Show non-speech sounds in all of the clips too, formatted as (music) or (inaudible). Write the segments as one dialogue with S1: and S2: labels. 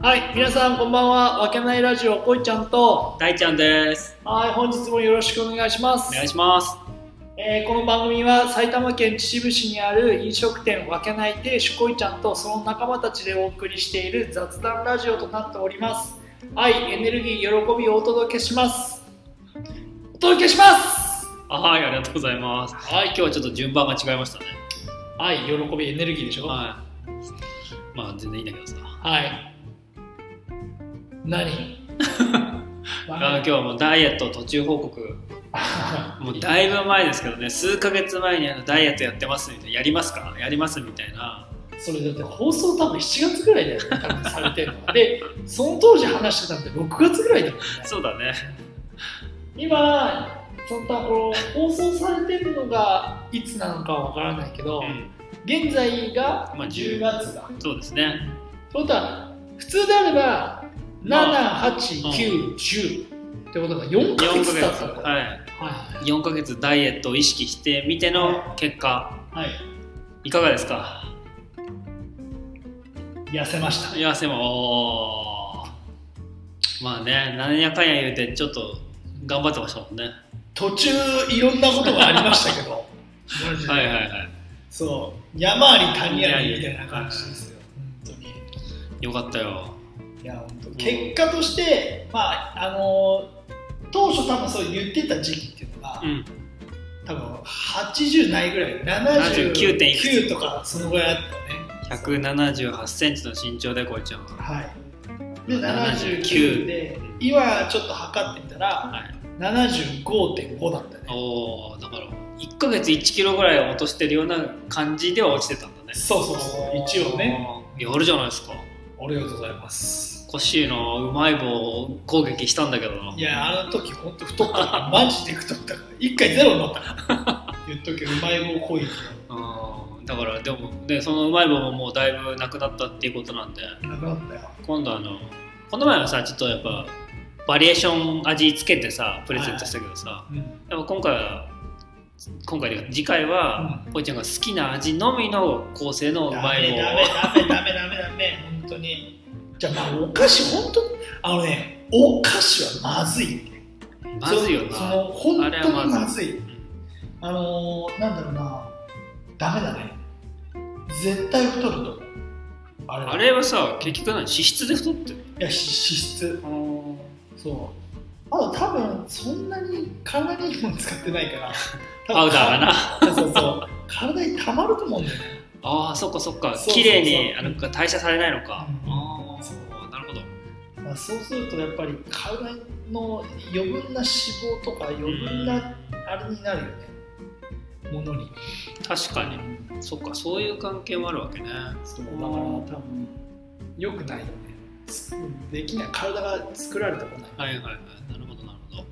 S1: はい、皆さんこんばんは。わけないラジオこいちゃんと、
S2: 大ちゃんです。
S1: はい、本日もよろしくお願いします。
S2: お願いします。
S1: えーこの番組は埼玉県秩父市にある飲食店わけない亭主こいちゃんとその仲間たちでお送りしている雑談ラジオとなっております愛エネルギー喜びをお届けしますお届けします
S2: あはい、ありがとうございます。はい、今日はちょっと順番が違いましたね。
S1: 愛喜びエネルギーでしょはい、
S2: はい。まあ、全然いいんだけどさ。
S1: 何
S2: (laughs) あ今日はもうダイエット途中報告。もうだいぶ前ですけどね、数ヶ月前にあのダイエットやってますみたいな、やりますかやりますみたいな。
S1: それだって放送多分7月ぐらいだよね多分されてるのはでその当時話してたんで6月ぐらいだもんね
S2: そうだね。
S1: 今その他この放送されてるのがいつなのかはわからないけど、
S2: うん。
S1: 現在が
S2: まあ
S1: 10
S2: 10
S1: 月だ
S2: そうですね。
S1: ということは普通であれば
S2: ま
S1: 78910ってことが4ヶ月経った
S2: 4
S1: の
S2: ヶ
S1: か
S2: はい。
S1: は
S2: 4ヶ月ダイエットを意識してみての結果、
S1: い、はい
S2: いかがですか
S1: 痩せました
S2: いや、でも、おーまあね、なんやかんや言うて、ちょっと頑張ってましたもんね。
S1: 途中いろんなことがありました
S2: (laughs)
S1: けどマジで
S2: はいはいはい。
S1: そう山あり谷ありみたいな感じですよ本当に
S2: よかったよ。
S1: いや本当結果として、まああの当初多分そう言ってた時期っていうのが、
S2: うん。
S1: 多分80ないぐらい
S2: 79点いくつ
S1: 79とかそのぐらいあったね
S2: 178センチの身長でこいちゃんは。
S1: はいで
S2: 79
S1: 79で今ちょっと測ってみたら
S2: はい。
S1: 75.5だったね
S2: おお、だから、1ヶ月1キロぐらい落としてるような感じでは落ちてたんだね。
S1: そうそうそう一応ね
S2: おー。やるじゃないですか。
S1: ありがとうございます
S2: コッシーのうまい棒攻撃したんだけどな。
S1: いやあの時本当太ったからマジで太ったから1回ゼロになったから
S2: (laughs)
S1: 言っとくけどうまい棒攻撃
S2: うん。だから、でも、ね、そのうまい棒ももうだいぶなくなったっていうことなんで。
S1: なくなったよ
S2: 今度あのこの前はさちょっとやっぱバリエーション味つけてさプレゼントしたけどさ、
S1: うん
S2: やっぱ今回は今回で次回は、
S1: う
S2: ぽいちゃんが好きな味のみの構成のう
S1: ダ
S2: まい
S1: メ
S2: 棒を
S1: ダメダメダメダメダメ本当にじゃあまあお菓子本当あのねお菓子はまずい
S2: まずいよ
S1: そ
S2: な
S1: の本
S2: あれ
S1: 当
S2: は
S1: にま
S2: ま
S1: ずい
S2: うん
S1: あのー、なんだろうなダメだね絶対太ると思うあれは
S2: あれはさ結局何脂質で太ってる
S1: いやし脂質そうあと多分そんなに体にいいもの使ってないから
S2: (laughs) パウダーが
S1: な
S2: な
S1: そうそう体にたまると思うんだよね
S2: ああそっかそっ
S1: そ
S2: か
S1: うそうそう
S2: 綺麗にあの代謝されないのか、
S1: うん
S2: ああなるほど
S1: まあ、そうするとやっぱり体の余分な脂肪とか余分なあれになるよね、ものに
S2: 確かにそっかそういう関係もあるわけね
S1: そうだから多分良くないよねつできない体が作られてこない
S2: はいはいはいなるほどなるほど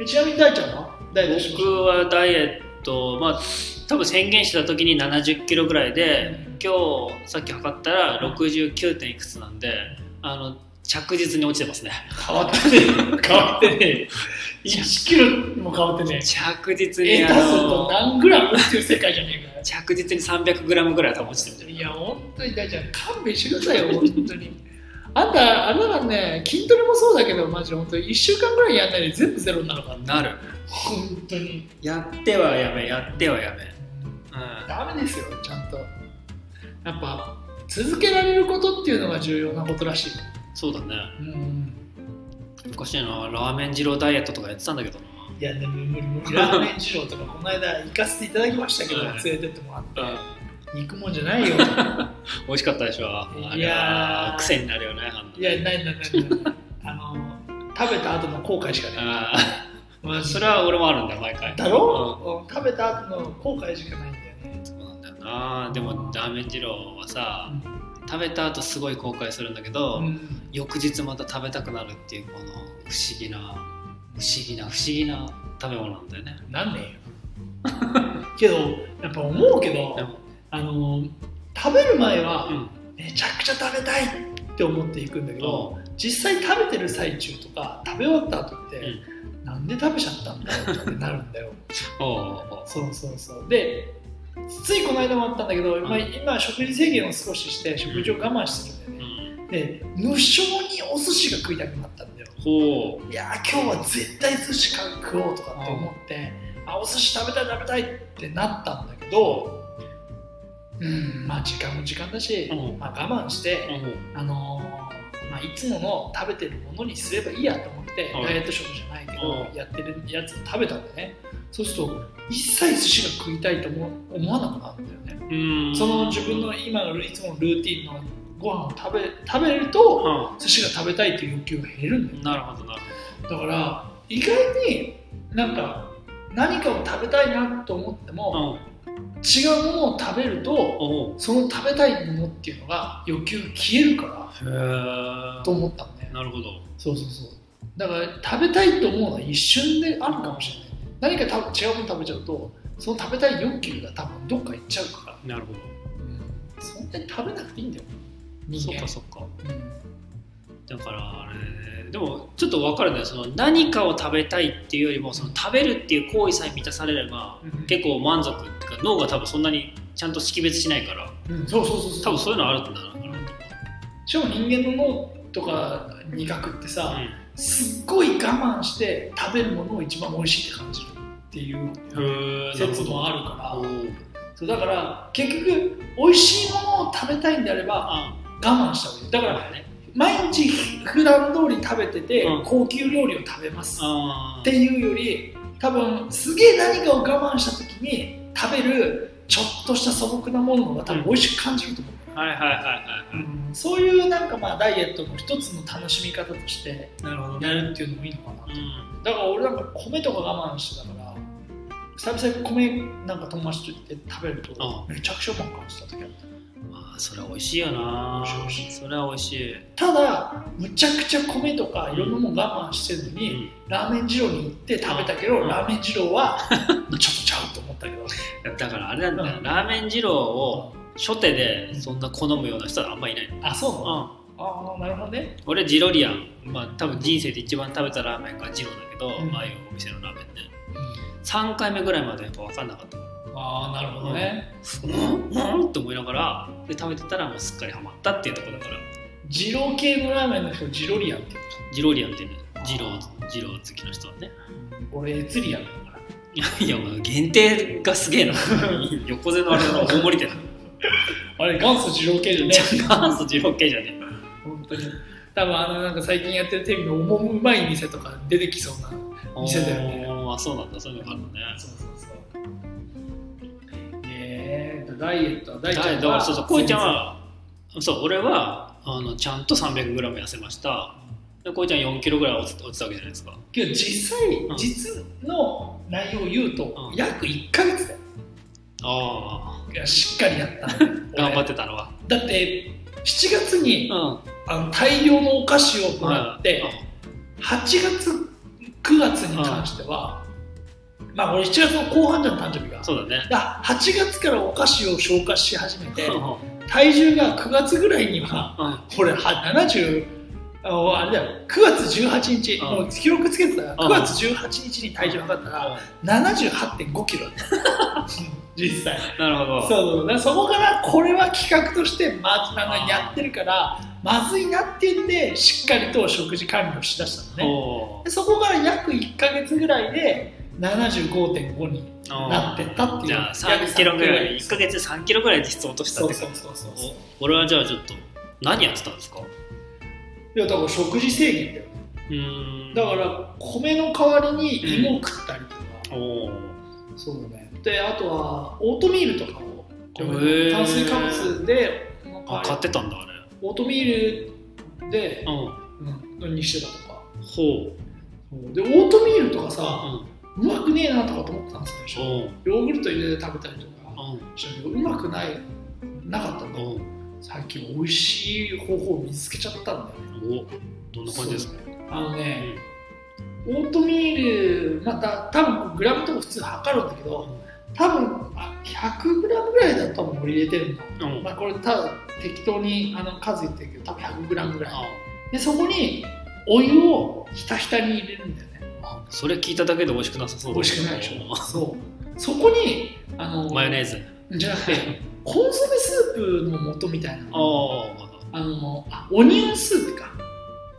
S1: えちなみに大ちゃんは大ちゃんしまし
S2: 僕
S1: た
S2: はダイエットまあ多分宣言した時に70キロぐらいで今日さっき測ったら69点いくつなんであの着実に落ちてますね
S1: 変わってねえ (laughs) 変わってねえ1キロも変わってね
S2: 着実
S1: え
S2: に
S1: 下手
S2: あ
S1: すると
S2: の
S1: 何グラムっていう世界じゃねえか
S2: 着実に300グラムぐらい多分落ちてる
S1: いや本当に大ちゃん勘弁してくださいよ本当にあんたあれだからね筋トレもそうだけどマジで本当に1週間ぐらいやんないで全部ゼロになるから
S2: なる
S1: 本当に
S2: やってはやめやってはやめう
S1: ダメですよちゃんとやっぱ続けられることっていうのが重要なことらしい
S2: んそうだね
S1: うん
S2: 昔のラーメン二郎ダイエットとかやってたんだけど
S1: いやでも無理無理ラーメン二郎とかこの間行かせていただきましたけど連れてってもらって
S2: な、
S1: 行くもんじゃないよ
S2: 美味しかったでしょあ
S1: い
S2: れ
S1: や
S2: は
S1: ー
S2: 癖になるよねあんなの
S1: いやないないないないあの食べた後の後悔しかない
S2: あーまあ、それは俺もあるんだよ毎回
S1: だろ、うん食べた後の後悔しかないんだよね
S2: うんそうなんだよなでもラーメン二郎はさ食べた後すごい後悔するんだけど、
S1: うん
S2: 翌日また食べたくなるっていうこの不思議な不思議な不思議な食べ物なんだよね
S1: なんねえよ (laughs) けどやっぱ思うけ
S2: で
S1: ど
S2: も、
S1: あの食べる前は、
S2: うん、
S1: めちゃくちゃ食べたいって思っていくんだけど、実際食べてる最中とか食べ終わった後って、なんで食べちゃったんだろうってなるんだよ (laughs)
S2: おうおう
S1: そうそうそうでついこの間もあったんだけど、まあ、
S2: うん
S1: 今食事制限を少しして食事を我慢してるんだよね、
S2: うん
S1: で無性にお寿司が食いたくなったんだよ
S2: ほ
S1: いやー今日は絶対寿司買う食おうとかって思って、あお寿司食べたい食べたいってなったんだけどうんまあ時間も時間だし、
S2: うん
S1: まあ、我慢し
S2: う
S1: て、
S2: うん
S1: あのーまあ、いつもの食べてるものにすればいいやと思って、
S2: うん
S1: ダイエット食じゃないけど、
S2: う
S1: やってるやつを食べたんだねそうすると一切寿司が食いたいと思思わなくなるんだよね
S2: うん
S1: その自分の今のいつものルーティンのご飯を食べ食べると寿司が食べたいっていう欲求が減るんだ
S2: うんなるほどなる
S1: よだから意外になんか何かを食べたいなと思って
S2: ほ
S1: も
S2: ど
S1: 違うものを食べる
S2: う
S1: と
S2: んおう
S1: その食べたいものっていうのが欲求が消えるか
S2: へえ
S1: らと思ったのね
S2: なるほど
S1: そうそうそうだから食べたいと思うのは一瞬であるかもしれない何か食べ違うもの食べちゃうとその食べたい欲求が多分どっか行っちゃうから
S2: なるほど
S1: そんなに食べなくていいんだよ。
S2: そっ
S1: 人間
S2: かそっか
S1: うん
S2: だからあれねでもちょっと分かるねその何かを食べたいっていうよりもその食べるっていう行為さえ満たされれば結構満足っていうか脳が多分そんなにちゃんと識別しないから
S1: うんそうそうそう
S2: 多
S1: そう
S2: 分そういうのあるんだろうな
S1: しかも人間の脳とか味覚ってさ、
S2: う
S1: すっごい我慢して食べるものを一番美味しいって感じるっていうん
S2: へえなる
S1: 説
S2: ほど
S1: もあるから、
S2: おう
S1: そうだから結局美味しいものを食べたいんであれば
S2: あ
S1: 我慢した方がいいだ
S2: だ
S1: か
S2: かららね
S1: 毎日普段通り食べてて、
S2: うん
S1: 高級料理を食べます
S2: あ
S1: っ
S2: ー
S1: ていうより多分すげえ何かを我慢した時に食べるちょっとした素朴なものの方が多分美味しく感じると思う、
S2: はいはいはいはいは
S1: そういうなんかまあダイエットの一つの楽しみ方として
S2: いなるほど
S1: やるっていうのもいいのかな
S2: うん
S1: だから俺なんか米とか我慢してたから久々に米なんか友達と行って食べるとめちゃくちゃうまく感じた時あっ
S2: まあそれは美味しいよな
S1: 美味しい美味
S2: それは美味しい
S1: たただむちゃくちゃ米とかいろんなもの我慢してるのに、ラーメン二郎に行って食べたけど、
S2: うん
S1: ラーメン二郎はちょっとちゃうと思ったけど
S2: だからあれなんだよ、
S1: うん
S2: ラーメン二郎を初手でそんな好むような人はあんまいない、
S1: (laughs) あそうな
S2: う
S1: の
S2: ん、
S1: ああなるほどね
S2: 俺ジロリアンまあ多分人生で一番食べたラーメンがジロだけど、
S1: うん
S2: ああいうお店のラーメンね3回目ぐらいまでやっぱ分かんなかった
S1: ああなる
S2: ほどねうんうんって思いながらで食べてたらもうすっかりハマったっていうところだから
S1: 二郎系のラーメンの人ジロリアンって
S2: ジロリアンってねジロジロ好きの人はね (laughs)
S1: 俺エツリアンだから
S2: いやいやもう限定がすげえな (laughs) 横瀬のあれの大盛 (laughs) り店
S1: あれ元祖二郎系じゃね
S2: じゃあ元祖二郎系じゃね
S1: 本当に多分あのなんか最近やってるテレビのおもうまい店とか出てきそうな
S2: え
S1: 店だよね
S2: おーあそうなんだそういうのがあるのね
S1: そうそうそうえーとダイエットは大
S2: だ
S1: ちゃんは
S2: からそうそうこいちゃんはそう俺はあのちゃんと 300g 痩せましたでこいちゃん 4kg ぐらい落ち落ちたわけじゃないですか
S1: けど実
S2: う
S1: 際
S2: ん
S1: 実の内容を言うと、
S2: うん
S1: 約1か月だよ
S2: あ
S1: いやしっかりやった
S2: あ (laughs) 頑張っててたのは
S1: だって7月に、
S2: う
S1: あの大量のお菓子を
S2: ん
S1: もらって、8月9月に関しては、まあ俺7月の後半じゃん誕生日が
S2: うんそうだね
S1: だ8月からお菓子を消化し始めて
S2: うんうん
S1: 体重が9月ぐらいには
S2: うん
S1: これは70ああれだよ9月18日、
S2: うん
S1: もう記録つけてたら
S2: うん
S1: 9月18日に体重測ったら7 8 5キロだった実際
S2: なるほど
S1: そうだからそこからこれは企画としてまずあのやってるからまずいなって言ってしっかりと食事管理をしだしたのね
S2: お
S1: でそこから約1か月ぐらいで75.5に
S2: ー
S1: なってったっていう
S2: じゃあ 3kg ぐらい1か月で 3kg ぐらい実質落とした
S1: そ
S2: って
S1: う
S2: こと
S1: そうそうそうそう
S2: お俺はじゃあちょっと何やってたんですか
S1: いやだから食事制限だよ
S2: うーん
S1: だから米の代わりに芋を食ったりとか、
S2: おお
S1: そうだねであとはオートミールとかを
S2: へー
S1: 炭水化物でなんか
S2: 買ってたんだあれ
S1: オートミールで
S2: う、ん
S1: うん、にしてたとか
S2: ほ
S1: そうでオートミールとか
S2: うう
S1: さ、
S2: ん
S1: うまくねえなとかと思ってたんですよ
S2: お
S1: ヨーグルト入れて食べたりとか
S2: ー
S1: したけどうまくないなかったん
S2: うん
S1: だ
S2: うん
S1: 最近美味しい方法を見つけちゃったんだよね
S2: おどんな感じですか
S1: あのねオートミールまた多分グラムとか普通測るんだけど多分あ100グラムぐらいだと思う俺入れてるの、
S2: うんうん
S1: まあ、これただ適当にあの数言ってるけど多分100グラムぐらい
S2: あ
S1: でそこにお湯をひたひたに入れるんだよね
S2: あそれ聞いただけで美味しくなさそう
S1: 美味しくないでしょそうそこにあの
S2: マヨネーズ
S1: (laughs) じゃなくてコンソメスープの素みたいな
S2: ああ
S1: あのあオニオンスープか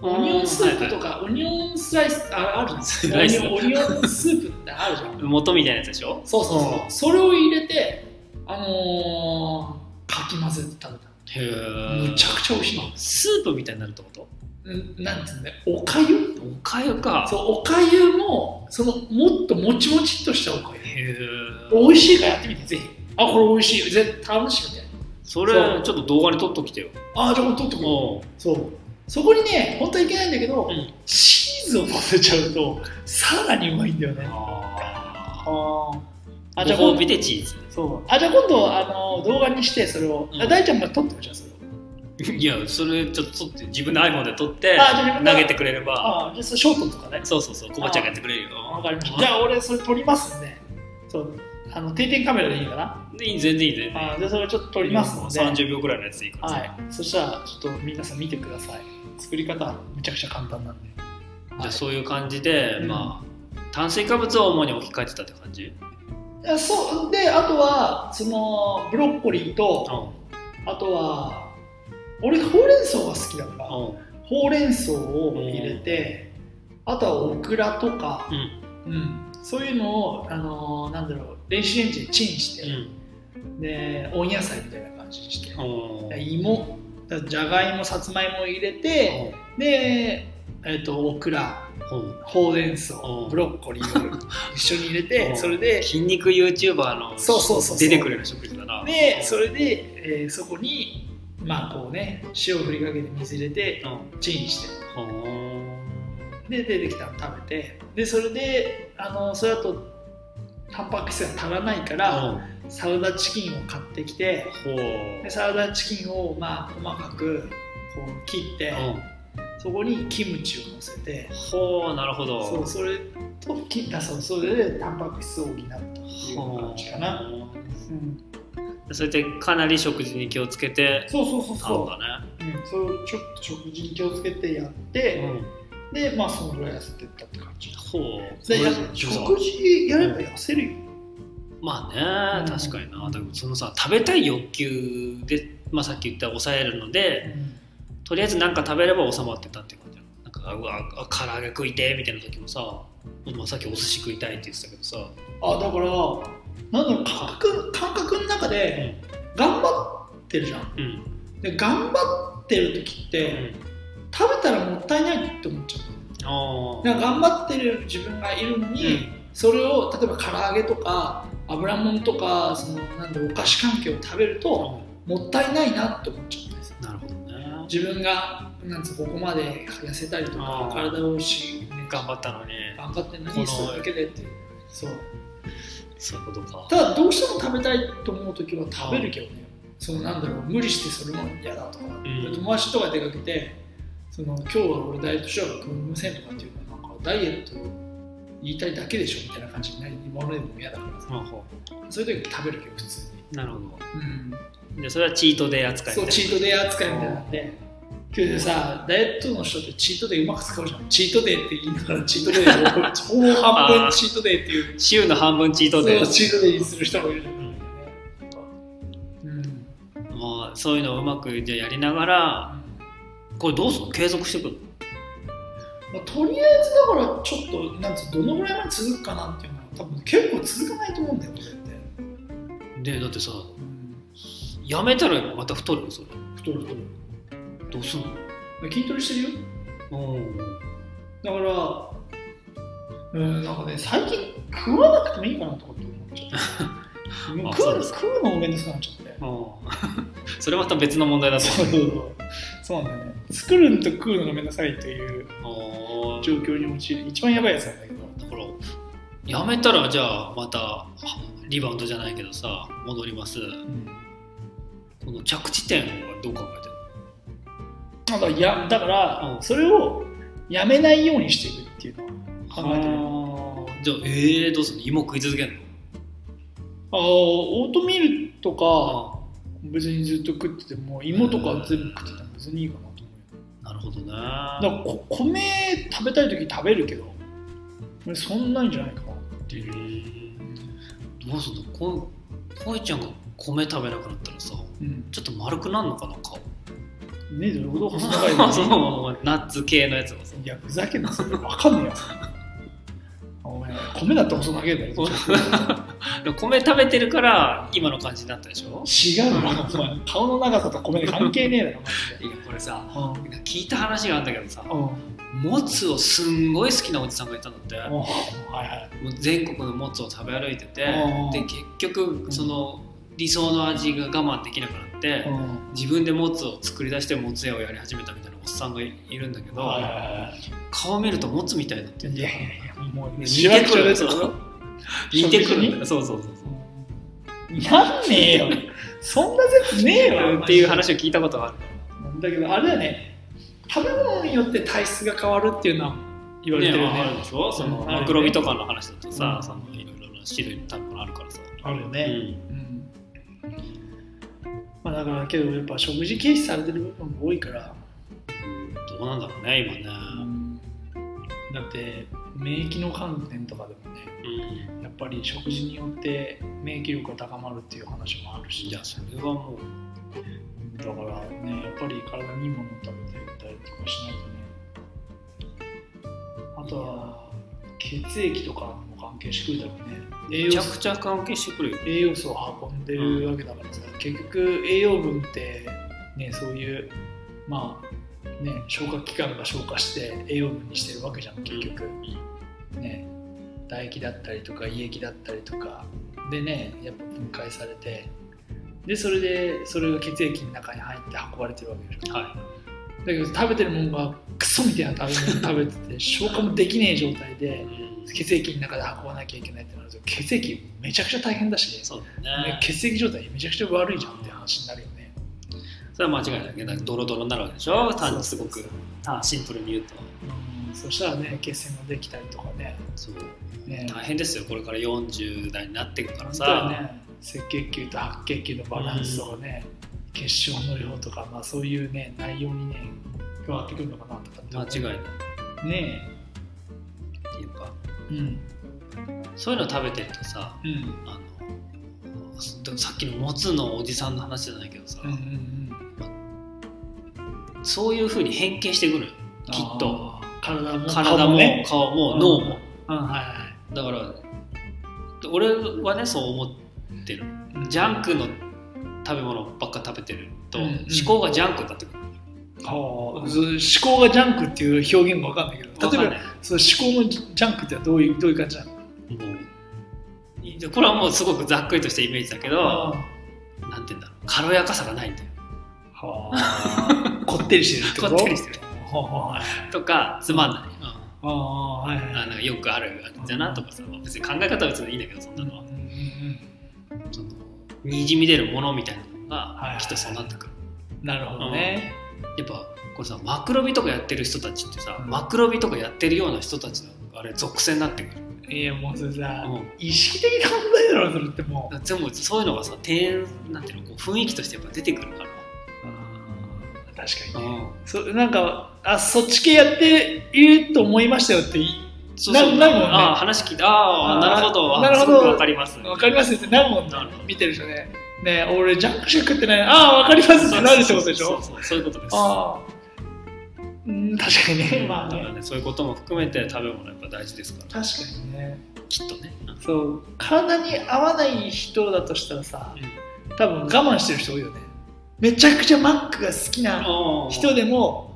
S1: オニオンスープと
S2: か
S1: か、オニオンスライスああるんですよ
S2: スラ
S1: オ
S2: イ
S1: ニ
S2: ス
S1: オンオニオンスープってあるじゃん
S2: 元みたいなやつでしょ
S1: そうそうそう、それを入れてあのー、かき混ぜて食べた
S2: へえ
S1: むちゃくちゃ美味しいの
S2: スープみたいになるってこと
S1: うんなんつうんだよおかゆ
S2: おかゆか
S1: そうおかゆもそのもっともちもちっとしたおかゆ
S2: へえ
S1: 美味しいからやってみてぜひあこれ美味しいよ絶対楽しくて
S2: それ
S1: そう
S2: ちょっと動画に撮っときてよ
S1: ああじゃあ取ってこう
S2: も
S1: そうそこにね本当はいけないんだけど、
S2: うん
S1: チーズを混ぜちゃうとさらにうまいんだよ
S2: う
S1: ね
S2: あ
S1: あ
S2: あ
S1: じゃあ
S2: ご
S1: 今
S2: 褒
S1: 度
S2: 美でチー
S1: そうあじゃあ今度あの動画にしてそれを、
S2: うん
S1: あ大ちゃんが撮ってほしいそれを
S2: ズいやそれちょっと撮って自分の iPhone で撮っ
S1: あ
S2: て
S1: じゃあ自分で
S2: 投げてくれれば
S1: ああじゃあそれショートとかね
S2: そうそうそうこばちゃんがやってくれる
S1: わ
S2: よ
S1: かりましたじゃあ俺それ撮りますんでそうあの定点カメラでいいかな
S2: でいい全然いい全然
S1: あじゃあそれちょっと撮りますので
S2: 30秒ぐらいのやつでいいから
S1: は
S2: さ
S1: いそしたらちょっと皆さん見てください作り方めちゃくちゃ簡単なんで
S2: じ
S1: は
S2: ゃあ
S1: い
S2: そういう感じで、
S1: うん
S2: まあ炭水化物を主に置き換えてたって感じ、
S1: いやそうであとはそのブロッコリーと
S2: うん
S1: あとは俺ほうれん草が好きだから
S2: う
S1: ほうれん草を入れてあとはオクラとか、
S2: ん
S1: うんそういうのを、あのーなんだろう電子レンジでチンして、で温野菜みたいな感じにして、
S2: うんうん
S1: 芋じゃがいもさつまいも入れて、で、えっとオクラ
S2: うん
S1: ほうれん草、
S2: うん
S1: ブロッコリーを一緒に入れて、
S2: うん
S1: それで
S2: 筋肉 YouTuber の
S1: そうそうそうそう
S2: 出てくれる食事だな
S1: でそれで、えーそこにまあこうね塩を振りかけて水入れて
S2: うん
S1: チンして
S2: うん
S1: で出てきたの食べてでそれであのそれだとタンパク質が足らないから、サラダチキンを買ってきて
S2: ほう
S1: でサラダチキンをまあ細かくこう切って、
S2: う
S1: そこにキムチをのせて
S2: んほうなるほど
S1: そうそれと切ったそうそれでタンパク質を補うという感じかな、
S2: ほ
S1: うん
S2: うそれでかなり食事に気をつけて
S1: そうそうそう
S2: あん
S1: そ
S2: だね
S1: う、うん、それをちょっと食事に気をつけてやって、でまあそのぐらい痩せてったって感じ
S2: ほう
S1: でや
S2: これ
S1: 食事やれば痩せるよ、
S2: まあね
S1: うん
S2: 確かになだからそのさ食べたい欲求で、まあ、さっき言った抑えるのでとりあえず何か食べれば収まってたっていう感じなのなんかあうわあ唐揚げ食いてーみたいな時もさ、まあ、さっきお寿司食いたいって言ってたけどさ、
S1: あだからなんだろう感覚感覚の中で頑張ってるじゃん
S2: うんうん
S1: で頑張ってる時って食べたらもったいないって思っちゃ
S2: あ
S1: う
S2: あ
S1: なんか頑張ってる自分がいるのに、それを例えば唐揚げとか油もんとかそのなんだろうお菓子関係を食べるともったいないなって思っちゃうんです
S2: なるほどね
S1: 自分がなんつうのここまで痩せたりとか
S2: あー
S1: 体をし
S2: 頑張ったのに
S1: 頑張ってるの
S2: この
S1: にそれだけでっていうそう
S2: そういうことか
S1: ただどうしても食べたいと思う時は食べるけどねそのなんだろう無理してそれも嫌だとか、
S2: ん
S1: 友達とか出かけてその今日は俺ダイエットしよう組みませんとかっていうのはなんかダイエット言いたいだけでしょみたいな感じになり今までも嫌だからさ
S2: まあほ
S1: そういう時食べるけど普通に、
S2: うなるほどでそれはチートデイ扱い
S1: そうチート
S2: デ
S1: デイ扱いみたいなんで今日さダイエットの人ってチートデイうまく使うじゃんチートデイって言いながらチートデイをほぼ半分チートデイっていう
S2: イ週の半分チートデイ
S1: そうチートデイにする人もいるじゃん、うん
S2: まあ、そういうのをうまくじゃあやりながらこれどうするの継続していくの
S1: まあ、とりあえずだからちょっとなんつうどのぐらいまで続くかなっていうのは多分結構続かないと思うんだよこれって、
S2: でだってさやめたらまた太るよそれ
S1: 太る太る
S2: どうすん
S1: 筋トレしてるよ
S2: の
S1: だからうんなんかね最近食わなくてもいいかなとかって思っちゃうもう食
S2: (laughs) あそう
S1: う
S2: です
S1: 食うのもめんどくさくなっちゃって (laughs)
S2: うん (laughs) それまた別の問題だと
S1: そうそうそうそうなんだよね作るんと食うのがめんどくさいという
S2: 思う
S1: 状況に陥る一番やばいやつなんだけど
S2: だからやめたらじゃあまたあリバウンドじゃないけどさ戻りますこの着地点はどう考えて
S1: た
S2: る
S1: だやだから、
S2: うん
S1: それをやめないようにしていくっていうのは考えてる
S2: のじゃあええどうすんの芋食い続けんの
S1: あーオートミールとか別にずっと食ってても芋とか全部食ってても別にいいかなと思う
S2: なるほどね
S1: よだからこ米食べたい時食べるけど俺そんなんじゃないかなっていう
S2: どうすんのここいちゃんが米食べなくなったらさ
S1: うん
S2: ちょっと丸くなるのかな顔
S1: ねえどれほど細長いの
S2: (laughs) そのナッツ系のやつもそう
S1: いやふざけんなそれわかんねえよお前米だって細長いだろどっちだっ
S2: でも米食べてるから今の感じになったでしょ
S1: て違うよお前顔の長さと米関係ねえだろマジ
S2: いやこれさ
S1: で
S2: 聞いた話があるんだけどさ
S1: うんうん
S2: もつをすんごい好きなおじさんがいたんだって
S1: おはい
S2: もう全国のもつを食べ歩いてて
S1: うん
S2: で結局その理想の味が我慢できなくなっ
S1: はい、う
S2: て
S1: ん
S2: 自分でもつを作り出してもつ屋をやり始めたみたいなおっさんがいるんだけど
S1: はいは
S2: 顔見るともつみたいになって
S1: いはいい
S2: て
S1: やいやいやもう
S2: 似
S1: し
S2: て
S1: わく
S2: く
S1: ちゃ
S2: る
S1: です
S2: そ
S1: よ
S2: う似てく
S1: 食事
S2: る
S1: に
S2: そうそうそう
S1: やんねえよそんな説ねえよ
S2: っていう話を聞いたことがある
S1: だけどあれだよね食べ物によって体質が変わるっていうのは言われてるよね
S2: あるでしょその
S1: うんあるよね
S2: マクロビとかの話だとさ、
S1: うん
S2: そのいろいろな種類の食べ物あるからさ、
S1: あるよ
S2: う
S1: ね、
S2: ん、
S1: うんまあ、だからけどやっぱ食事軽視されてる部分も多いから、
S2: どうなんだろうね今ね、
S1: だって免疫の観点とかでもね
S2: うん、
S1: やっぱり食事によって免疫力が高まるっていう話もあるし
S2: いやそれはもう
S1: だからねやっぱり体にいいものを食べてたりとかしないとねあとは血液とかも関係してくるだろうね栄
S2: めち
S1: 養
S2: ゃ
S1: 素
S2: くちゃ関係してくるよ
S1: 栄養素を運んでるわけだからさ、結局栄養分ってねそういうまあね消化器官が消化して栄養分にしてるわけじゃん結局、ね唾液だったりとか胃液だったりとかでねやっぱ分解されてでそれでそれが血液の中に入って運ばれてるわけでしょ
S2: は
S1: だけど食べてるもんがクソみたいな食べ物を食べてて消化もできねえ状態
S2: い、
S1: で血液の中で運ばなきゃいけないってなると血液めちゃくちゃ大変だしね
S2: そうだ
S1: ね
S2: ね
S1: 血液状態めちゃくちゃ悪いじゃんって話になるよね。
S2: それは間違いないけどドロドロになるわけでしょ単すごく単シンプルに言うと
S1: うん、そしたらね血栓ができたりとかね。
S2: そう
S1: ね
S2: 大変ですよこれから40代になっていくから
S1: 本当は
S2: さ、
S1: ね赤血球と白血球のバランスとかね、血小の量とか、まあ、そういうね内容にね加わってくるのかなとかって
S2: 間違いないっ
S1: ね
S2: ていうか
S1: えうん
S2: そういうの食べてるとさ
S1: うん
S2: あのさっきの持つのおじさんの話じゃないけどさ、
S1: うんうん
S2: そういうふうに変形してくるよきっと
S1: あー体も
S2: 体
S1: 顔
S2: も
S1: ね
S2: 顔も
S1: うん
S2: 脳も
S1: うんはいは
S2: だから俺はねそう思ってる
S1: い
S2: ジャンクの食べ物ばっか食べてると
S1: うん
S2: 思考がジャンクになってくる
S1: あーそう思考がジャンクっていう表現が分かんないけど
S2: わか
S1: 例え
S2: ん
S1: ば
S2: ない
S1: その思考のジャンクってどういうどういう感じなの
S2: もういこれはもうすごくざっくりとしたイメージだけどなんて言うんだろう軽やかさがないんだよ
S1: は
S2: (laughs)
S1: あ、こってりしてるってこと
S2: こってりしてる
S1: はあはあ
S2: とかつまんない、うん
S1: ああはいはい
S2: あのよくあるあれだなとかさ別に考え方は別にいいんだけどそん
S1: う
S2: なんの
S1: う
S2: は
S1: んうん
S2: そのにじみ出るものみたいなの
S1: はい
S2: がきっとそうなってくる
S1: うんなるほどね、
S2: やっぱこれさマクロビとかやってる人たちってさ、
S1: うん
S2: マクロビとかやってるような人たちのあれ属性になってくる、
S1: いやもうそれさ、
S2: うん
S1: 意識的な問題だろそれってもう
S2: だから全部そういうのがさ提案なんていうのこう雰囲気としてやっぱ出てくるから、
S1: 確かにね、そなんかあそっち系やっていると思いましたよって
S2: そうそう
S1: なるもんね
S2: ああ話聞いてああ
S1: あー
S2: なるほどあ
S1: なるほど
S2: すごくわかります
S1: 分かりますよってなるもんね
S2: なるほど
S1: 見てる人ねね俺ジャンクしか食ってないああ分かりますってなるってことでしょ
S2: そうそうそうそういうことです
S1: ああうん確かにねまあ
S2: だから
S1: ね
S2: ねそういうことも含めて食べ物やっぱ大事ですから
S1: 確かにね
S2: きっとね、うん
S1: そう体に合わない人だとしたらさ多分我慢してる人多いよねめちゃくちゃマックが好きな人でも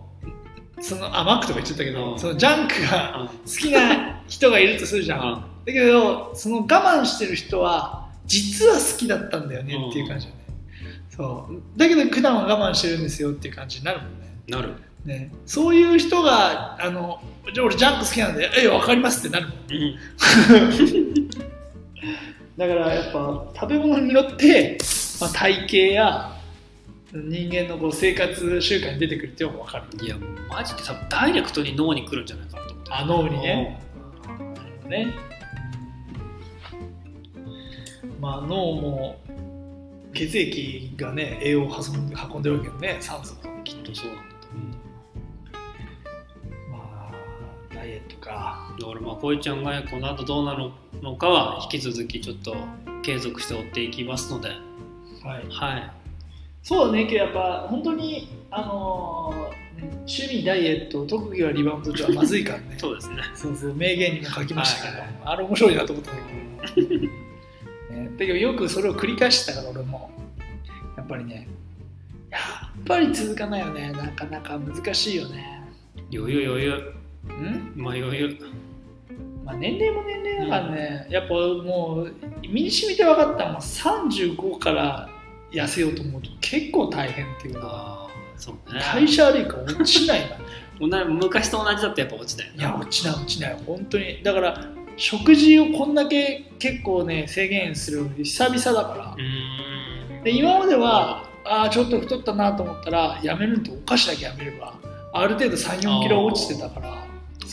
S1: そのあマックとか言っちゃったけ
S2: う
S1: ど
S2: ん
S1: そのジャンクが
S2: あ
S1: 好きな人がいるとするじゃんだ
S2: あ
S1: けどその我慢してる人は実は好きだったんだよねっていう感じだねそうだけど普段は我慢してるんですよっていう感じになるもんね
S2: なる、
S1: ねそういう人があのじゃあ俺ジャンク好きなんでえわかりますってなるもんだからやっぱ食べ物によって、まあ、体型や人間のこう生活習慣に出てくるっていうのも分かる
S2: いやもうマジで多分ダイレクトに脳に来るんじゃないかなと思って
S1: あ脳にねねまあ脳も血液がね栄養を運んで運んでるわけよね酸素と
S2: きっとそうなんだと思うんだ
S1: まあダイエットか
S2: だからまあこいちゃんがこの後どうなるのかは引き続きちょっと継続して追っていきますので
S1: はい
S2: はい
S1: そうだねけどやっぱ本当にあのーね趣味ダイエット特技はリバウンドじゃまずいから (laughs) ね
S2: そうですね
S1: そうそう名言にも書きましたけど、
S2: はい
S1: あれ面白いなと思ったんだけ (laughs) ど、ね、だけどよくそれを繰り返してたから俺もやっぱりねやっぱり続かないよねなかなか難しいよね
S2: 余裕余裕
S1: うん、
S2: まあ余裕
S1: まあ、年齢も年齢だからね、やっぱもう身にしみて分かったもう35から痩せようと思うと結構大変っていうか
S2: ああそうね
S1: 代謝悪いから落ちないな
S2: 同じ昔と同じだとやっぱ落ちたよ
S1: い
S2: ね
S1: や落ちない落ちない本当にだから食事をこんだけ結構ね制限するの久々だか
S2: うー
S1: ら
S2: ん
S1: で今まではあーちょっと太ったなと思ったらやめるのとお菓子だけやめればある程度3 4キロ落ちてたから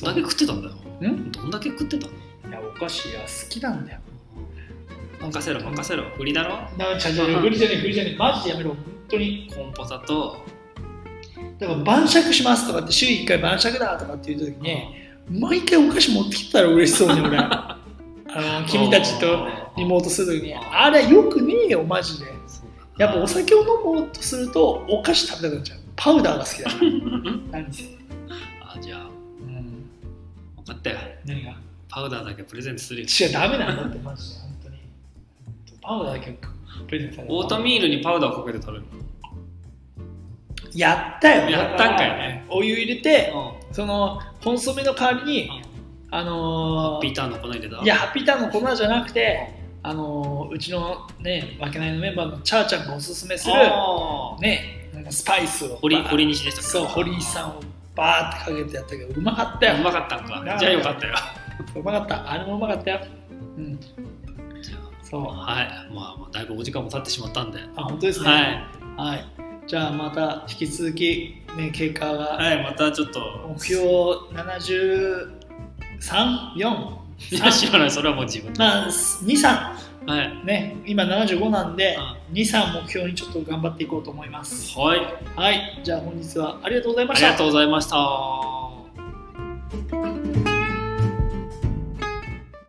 S2: どんだけ食ってたんだよ
S1: ん
S2: どんだけ食ってたの
S1: いやお菓子が好きなんだよ
S2: 任せろ任せろ売りだろ
S1: なちゃちゃ無理じゃねえ無理じゃねえマジでやめろ本当に
S2: コンポタと
S1: だから晩酌しますとかって週1回晩酌だとかっていう時に、毎回お菓子持ってきたら嬉しそう (laughs) に俺あの君たちとリモートする時にあれよくねえよマジでやっぱお
S2: 酒
S1: 酒を飲もうとするとお菓子食べたくなっちゃうパウダーが好きだから何せ、
S2: あじゃあ
S1: うん、
S2: 分かったよ
S1: 何が
S2: パウダーだけプレゼントするよ
S1: 違うダメなんだってマジで本当にパウダーだけプレゼントされた
S2: オートミールにパウダーをかけて食べる
S1: やったよ
S2: やったんかいね
S1: お湯入れて
S2: の
S1: そのコンソメの代わりに
S2: うん
S1: あ
S2: ハ
S1: の
S2: ッ
S1: ー
S2: ピーターンの粉入れた
S1: いや、ハッピーターンの粉じゃなくて、あのーうちのね、わけないのメンバーのチャーちゃんがおすすめする、
S2: あー
S1: ね、なんかスパイスを、
S2: 堀
S1: バー
S2: 堀西でしたっけ
S1: そう、堀井さんをバーってかけてやったけど、うまかったよ
S2: う。まかったんか
S1: な
S2: じゃあよかったよ
S1: うまかった。あれもうまかったよ。うん。
S2: じゃ
S1: そう
S2: あ。はいまあまあだいぶお時間も経ってしまったんでは
S1: あ、本当ですね。
S2: い
S1: はい。じゃあ、また引き続き、ね、経過が、
S2: はいまたちょっと
S1: 目標73、4、
S2: (laughs) いや知らないそれはもう自分で
S1: まあ、2、3。
S2: はい
S1: ね、今75なんで、
S2: う
S1: 2、3目標にちょっと頑張っていこうと思います。
S2: はい
S1: はい、じゃあ本日はありがとうございま
S2: あ
S1: し
S2: り
S1: た
S2: が。とうございました